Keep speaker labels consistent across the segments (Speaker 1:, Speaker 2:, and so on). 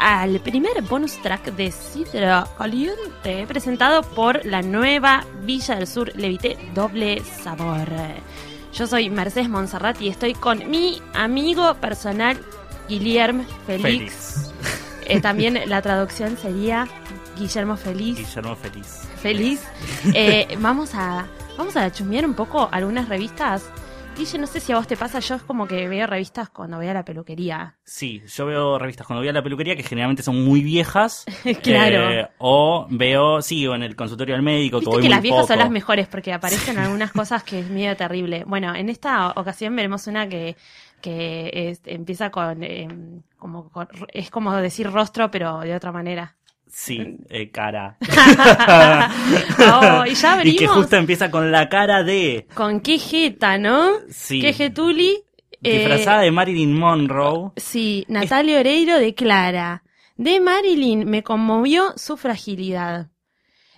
Speaker 1: al primer bonus track de Sidra Caliente, presentado por la nueva Villa del Sur Levité Doble Sabor. Yo soy Mercedes Monserrat y estoy con mi amigo personal, Guillermo Félix.
Speaker 2: Feliz.
Speaker 1: Eh, también la traducción sería Guillermo Feliz.
Speaker 2: Guillermo Feliz.
Speaker 1: Feliz. Eh, vamos a vamos a chusmear un poco algunas revistas. Guille, no sé si a vos te pasa, yo es como que veo revistas cuando voy a la peluquería.
Speaker 2: Sí, yo veo revistas cuando voy a la peluquería que generalmente son muy viejas.
Speaker 1: Claro.
Speaker 2: Eh, o veo, sí, o en el consultorio del médico que
Speaker 1: Viste
Speaker 2: voy
Speaker 1: que
Speaker 2: muy
Speaker 1: las viejas son
Speaker 2: poco.
Speaker 1: las mejores porque aparecen algunas cosas que es medio terrible. Bueno, en esta ocasión veremos una que, que es- empieza con, eh, como, con- es como decir rostro, pero de otra manera.
Speaker 2: Sí, eh, cara.
Speaker 1: Oh, y ya
Speaker 2: y que
Speaker 1: venimos
Speaker 2: justo empieza con la cara de.
Speaker 1: con qué jeta, ¿no?
Speaker 2: Sí.
Speaker 1: Qué jetuli. eh,
Speaker 2: Disfrazada de Marilyn Monroe.
Speaker 1: Sí, Natalia Oreiro declara, de Marilyn me conmovió su fragilidad.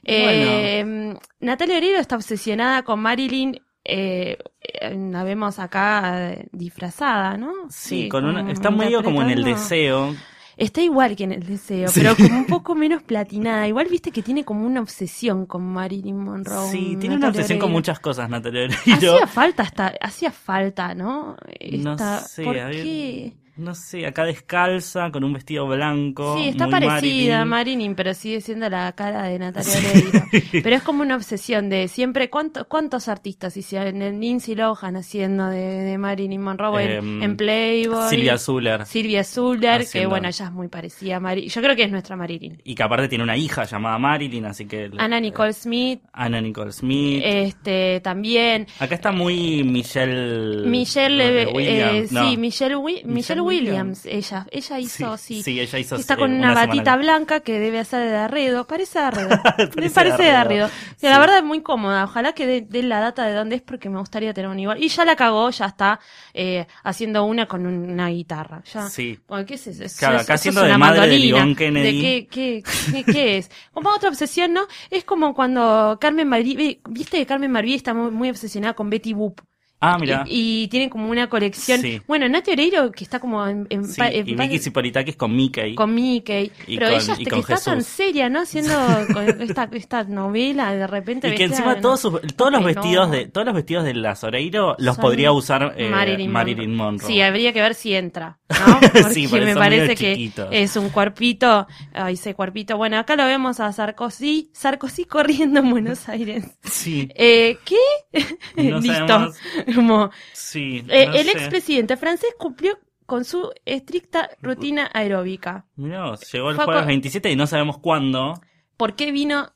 Speaker 1: Eh, Natalia Oreiro está obsesionada con Marilyn, eh, eh, la vemos acá eh, disfrazada, ¿no?
Speaker 2: Sí, con una,
Speaker 1: como
Speaker 2: está medio como en el
Speaker 1: interpretando-
Speaker 2: deseo.
Speaker 1: Está igual que en el deseo,
Speaker 2: Sí.
Speaker 1: pero como un poco menos platinada. Igual viste que tiene como una obsesión con Marilyn Monroe.
Speaker 2: Sí, tiene una
Speaker 1: Natalia
Speaker 2: obsesión con
Speaker 1: Oreiro.
Speaker 2: muchas cosas, Natalia Oreiro.
Speaker 1: Hacía falta, esta, hacía falta, ¿no?
Speaker 2: No
Speaker 1: Esta-
Speaker 2: sé,
Speaker 1: ¿por
Speaker 2: a ver,
Speaker 1: qué?
Speaker 2: No sé, acá descalza, con un vestido blanco.
Speaker 1: Sí, está
Speaker 2: muy
Speaker 1: parecida a
Speaker 2: Marilyn.
Speaker 1: Marilyn, pero sigue siendo la cara de Natalia Oreiro. Pero es como una obsesión de siempre. ¿cuánto- ¿Cuántos artistas hicieron? El Lindsay Lohan haciendo de, de Marilyn Monroe en,
Speaker 2: Em,
Speaker 1: en Playboy.
Speaker 2: Silvia Zuller.
Speaker 1: Silvia Zuller, que
Speaker 2: Haciendo-
Speaker 1: bueno, ella es muy parecida a Marilyn. Yo creo que es nuestra Marilyn.
Speaker 2: Y que aparte tiene una hija llamada Marilyn, así que.
Speaker 1: Anna Nicole Smith,
Speaker 2: Anna Nicole Smith.
Speaker 1: este, también.
Speaker 2: Acá está muy Michelle.
Speaker 1: Michelle, eh,
Speaker 2: Williams,
Speaker 1: eh,
Speaker 2: no.
Speaker 1: sí, Michelle, Wi- Michelle Williams, ella, ella hizo, sí,
Speaker 2: Sí, ella hizo.
Speaker 1: Está
Speaker 2: eh,
Speaker 1: con una,
Speaker 2: semana-
Speaker 1: batita blanca que debe hacer de Darredo. Parece Darredo. Me
Speaker 2: Parece
Speaker 1: parece de
Speaker 2: Darredo.
Speaker 1: Darredo. Que la
Speaker 2: Sí.
Speaker 1: verdad es muy cómoda. Ojalá que dé- dé la data de dónde es porque me gustaría tener un igual. Y ya la cagó, ya está eh, haciendo una con un- una guitarra. Ya.
Speaker 2: Sí.
Speaker 1: Bueno, ¿Qué es eso? Eso
Speaker 2: Claro,
Speaker 1: es-
Speaker 2: acá
Speaker 1: eso
Speaker 2: siendo
Speaker 1: es
Speaker 2: de
Speaker 1: una
Speaker 2: madre de
Speaker 1: mandolina.
Speaker 2: Leon Kennedy.
Speaker 1: ¿De qué, qué, qué, qué es? Como otra obsesión, ¿no? Es como cuando Carmen Marví, vi- viste que Carmen Marví está muy, muy obsesionada con Betty Boop.
Speaker 2: Ah, mira.
Speaker 1: Y, y tiene como una colección.
Speaker 2: Sí.
Speaker 1: Bueno, Nati Oreiro, que está como en, en
Speaker 2: Sí,
Speaker 1: pa- en
Speaker 2: y
Speaker 1: paz-
Speaker 2: Vicky Zipolitakis con Mickey.
Speaker 1: con Mickey.
Speaker 2: Y
Speaker 1: pero
Speaker 2: con-
Speaker 1: ella
Speaker 2: y
Speaker 1: hasta que
Speaker 2: con
Speaker 1: está tan
Speaker 2: Jesús.
Speaker 1: seria, ¿no? Haciendo con esta, esta novela de repente.
Speaker 2: y que
Speaker 1: vestida
Speaker 2: encima
Speaker 1: de-
Speaker 2: todos, sus- todos los
Speaker 1: Ay, no.
Speaker 2: vestidos de todos los vestidos de las Oreiro los
Speaker 1: Son
Speaker 2: podría usar eh,
Speaker 1: Marilyn,
Speaker 2: Marilyn, Monroe.
Speaker 1: Sí, habría que ver si entra, ¿no? Porque
Speaker 2: Sí, porque
Speaker 1: me
Speaker 2: son
Speaker 1: parece
Speaker 2: medio
Speaker 1: que
Speaker 2: chiquitos.
Speaker 1: es un cuerpito, ay, ese cuerpito. Bueno, acá lo vemos a Sarkozy, Sarkozy corriendo en Buenos Aires.
Speaker 2: Sí,
Speaker 1: Eh, ¿Qué?
Speaker 2: No
Speaker 1: Listo.
Speaker 2: sabemos.
Speaker 1: Como,
Speaker 2: sí.
Speaker 1: eh,
Speaker 2: no
Speaker 1: el
Speaker 2: sé.
Speaker 1: expresidente francés cumplió con su estricta rutina aeróbica.
Speaker 2: Mirá vos, llegó el
Speaker 1: Fue a
Speaker 2: jueves
Speaker 1: co-
Speaker 2: 27 y no sabemos cuándo.
Speaker 1: ¿Por qué vino?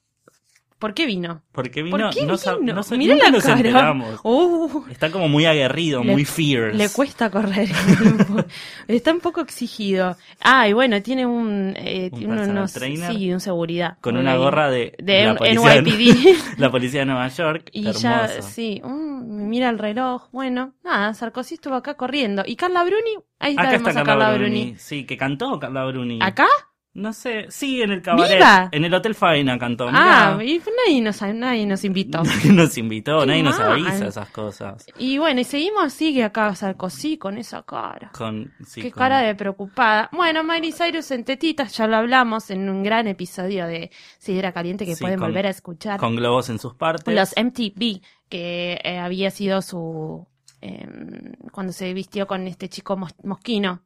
Speaker 1: ¿Por qué vino?
Speaker 2: Porque vino,
Speaker 1: ¿Por qué
Speaker 2: no, sab-
Speaker 1: vino?
Speaker 2: no sab-
Speaker 1: Mirá
Speaker 2: nunca
Speaker 1: la
Speaker 2: nos
Speaker 1: cara.
Speaker 2: enteramos.
Speaker 1: Uh.
Speaker 2: Está como muy aguerrido,
Speaker 1: Le-
Speaker 2: muy fierce.
Speaker 1: Le cuesta correr. el tiempo. Está un poco exigido. Ah, y bueno, tiene un, eh,
Speaker 2: Un
Speaker 1: tiene
Speaker 2: personal
Speaker 1: unos-
Speaker 2: trainer
Speaker 1: sí, un seguridad.
Speaker 2: Con una gorra de,
Speaker 1: de
Speaker 2: la
Speaker 1: un-
Speaker 2: policía de-
Speaker 1: NYPD.
Speaker 2: la policía de Nueva York.
Speaker 1: Y
Speaker 2: Hermoso.
Speaker 1: ya, sí, mm, me mira el reloj. Bueno, nada, Sarkozy estuvo acá corriendo. ¿Y Carla Bruni? Ahí la
Speaker 2: Acá
Speaker 1: vemos
Speaker 2: está
Speaker 1: a Carla Bruni.
Speaker 2: Sí, que cantó Carla Bruni.
Speaker 1: ¿Acá?
Speaker 2: No sé, sí, en el cabaret.
Speaker 1: ¿Viva?
Speaker 2: En el Hotel Faena cantó.
Speaker 1: Ah,
Speaker 2: mirá.
Speaker 1: y nadie nos, nadie nos invitó.
Speaker 2: Nadie nos invitó,
Speaker 1: Qué
Speaker 2: nadie nos
Speaker 1: mal.
Speaker 2: avisa esas cosas.
Speaker 1: Y bueno, y seguimos, sigue acá Sarkozy con esa cara.
Speaker 2: Con, sí,
Speaker 1: Qué
Speaker 2: con-
Speaker 1: cara de preocupada. Bueno, Miley Cyrus en tetitas, ya lo hablamos en un gran episodio de Sidra Caliente que
Speaker 2: Sí,
Speaker 1: pueden
Speaker 2: con-
Speaker 1: volver a escuchar.
Speaker 2: con globos en sus partes.
Speaker 1: Los MTV, que eh, había sido su... em, cuando se vistió con este chico mos- mosquino.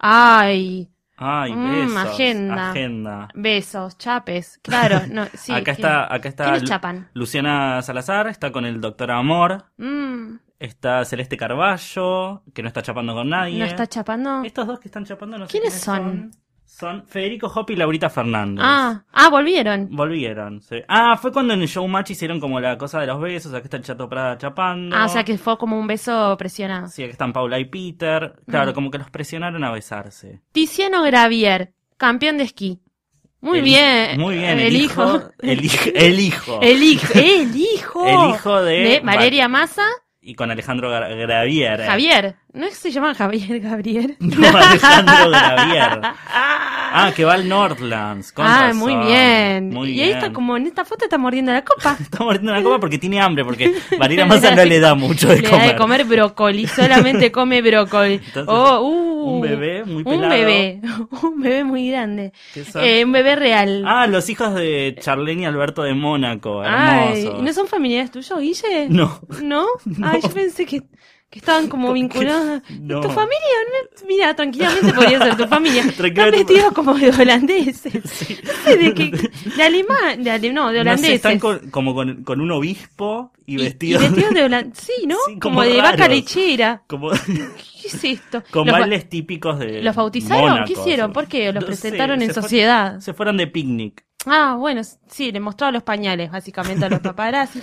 Speaker 1: Ay,
Speaker 2: Ay,
Speaker 1: Mm,
Speaker 2: besos.
Speaker 1: agenda.
Speaker 2: Agenda.
Speaker 1: besos, chapes, claro, no, sí.
Speaker 2: acá
Speaker 1: ¿quién-
Speaker 2: está, acá está
Speaker 1: ¿Quiénes
Speaker 2: Lu-
Speaker 1: chapan?
Speaker 2: Luciana Salazar, está con el doctor Amor,
Speaker 1: Mm,
Speaker 2: está Celeste Carballo, que no está chapando con nadie.
Speaker 1: ¿No está chapando?
Speaker 2: Estos dos que están chapando no sé
Speaker 1: ¿Quiénes
Speaker 2: son? Son Federico Hopi y Laurita Fernández.
Speaker 1: Ah, ah, volvieron.
Speaker 2: Volvieron. sí. Ah, fue cuando en el Showmatch hicieron como la cosa de los besos. Acá está el Chato Prada chapando.
Speaker 1: Ah, o sea que fue como un beso presionado.
Speaker 2: Sí, acá están Paula y Peter. Claro,
Speaker 1: Mm.
Speaker 2: como que los presionaron a besarse.
Speaker 1: Tiziano Gravier, campeón de esquí. Muy
Speaker 2: El-
Speaker 1: bien.
Speaker 2: Muy bien.
Speaker 1: El, hijo.
Speaker 2: El hijo. El hijo.
Speaker 1: El hijo. eh, El hijo.
Speaker 2: El hijo de,
Speaker 1: de Valeria Massa,
Speaker 2: Y con Alejandro Gra- Gravier.
Speaker 1: Javier. ¿No es que se llama Javier Gabriel?
Speaker 2: No, Alejandro Gravier. Ah, que va al Northlands. Con
Speaker 1: ah,
Speaker 2: razón.
Speaker 1: muy bien.
Speaker 2: Muy
Speaker 1: y
Speaker 2: bien.
Speaker 1: ahí está como en esta foto está mordiendo la copa.
Speaker 2: Está mordiendo una copa porque tiene hambre, porque Varina Massa no le da mucho de
Speaker 1: Le
Speaker 2: comer.
Speaker 1: da de comer brócoli, solamente come brócoli.
Speaker 2: Entonces,
Speaker 1: Oh, uh,
Speaker 2: un bebé muy
Speaker 1: Un
Speaker 2: pelado.
Speaker 1: bebé, un bebé muy grande.
Speaker 2: ¿Qué son?
Speaker 1: Eh, un bebé real.
Speaker 2: Ah, los hijos de Charlene y Alberto de Mónaco.
Speaker 1: Ay,
Speaker 2: Hermoso.
Speaker 1: ¿y ¿no son familiares tuyos, Guille?
Speaker 2: No.
Speaker 1: ¿No? Ay, yo pensé que, que estaban como vinculados.
Speaker 2: No.
Speaker 1: ¿Tu familia? no? Mira, tranquilamente podría ser tu familia. Están
Speaker 2: Tranquilamente.
Speaker 1: vestidos como de holandeses. No sé de qué. De alemán. De ale- no, de
Speaker 2: No sé,
Speaker 1: holandeses.
Speaker 2: están con- como con, con un obispo y
Speaker 1: Y- y
Speaker 2: vestidos.
Speaker 1: de holan- Sí, ¿no?
Speaker 2: Sí,
Speaker 1: como,
Speaker 2: como
Speaker 1: de vaca
Speaker 2: raros.
Speaker 1: lechera.
Speaker 2: como,
Speaker 1: ¿Qué es esto?
Speaker 2: con
Speaker 1: Los ba-
Speaker 2: bailes típicos de.
Speaker 1: ¿Los bautizaron?
Speaker 2: Mónaco,
Speaker 1: ¿Qué hicieron?
Speaker 2: sí.
Speaker 1: ¿Por qué? ¿Los
Speaker 2: No sé,
Speaker 1: presentaron en
Speaker 2: se fueron-
Speaker 1: sociedad?
Speaker 2: se fueron de picnic.
Speaker 1: Ah, bueno, s- sí, le mostró a los pañales, básicamente a los paparazzi.